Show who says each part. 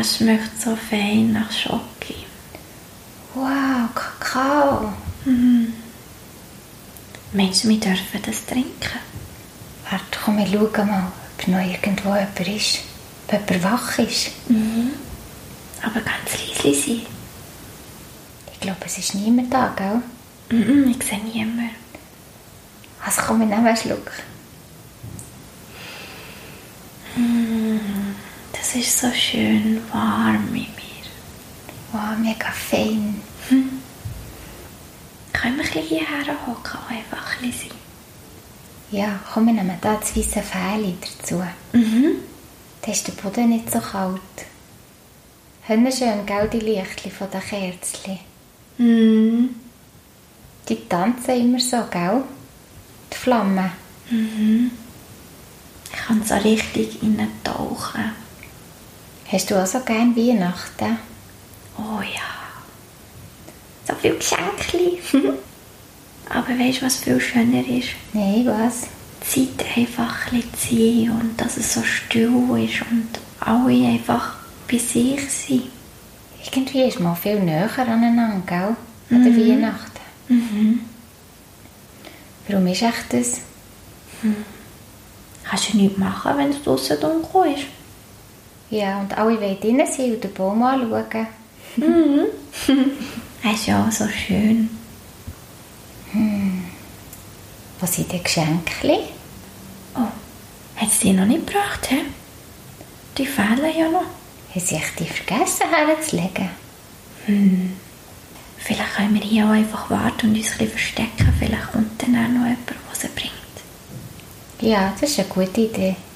Speaker 1: es schmeckt so fein nach Schoki.
Speaker 2: Wow, Kakao.
Speaker 1: Meinst du, wir dürfen das trinken?
Speaker 2: Warte, komm, wir schauen mal, ob noch irgendwo jemand ist. Ob jemand wach ist.
Speaker 1: Aber ganz leise sein.
Speaker 2: Ich glaube, es ist niemand da, gell?
Speaker 1: Mhm, ich sehe niemanden.
Speaker 2: Also komm, wir nehmen einen Schluck.
Speaker 1: Das ist so schön warm in mir.
Speaker 2: Wow, mega fein.
Speaker 1: Können wir ein bisschen hierher hocken und einfach ein bisschen sein?
Speaker 2: Ja, komm, wir nehmen da das weiße Fähli dazu.
Speaker 1: Mhm.
Speaker 2: Dann ist der Boden nicht so kalt. Hörner schön, gell, die Lichtchen von den Kerzchen.
Speaker 1: Mhm.
Speaker 2: Die tanzen immer so, gell? Die Flammen.
Speaker 1: Ich kann so richtig in ihn tauchen.
Speaker 2: Hast du auch so gerne Weihnachten?
Speaker 1: Oh ja. So viel Geschenkli. Aber weißt du, was viel schöner ist?
Speaker 2: Nein, was?
Speaker 1: Die Zeit einfach ein bisschen zu sein und dass es so still ist und alle einfach bei sich sind.
Speaker 2: Irgendwie ist man viel näher aneinander, gell? An der Weihnachten. Warum ist echt das?
Speaker 1: Kannst du nichts machen, wenn es draußen dunkel ist.
Speaker 2: Ja, und alle wollen drinnen sein und den Baum anschauen.
Speaker 1: Es ist ja auch so schön.
Speaker 2: Wo sind die Geschenke?
Speaker 1: Oh, hat es die noch nicht gebracht, hä? Die fehlen ja noch.
Speaker 2: Haben sie echt die vergessen herzulegen?
Speaker 1: Vielleicht können wir hier auch einfach warten und uns ein bisschen verstecken. Vielleicht kommt dann auch noch jemand, der sie bringt.
Speaker 2: Ja, das ist eine gute Idee.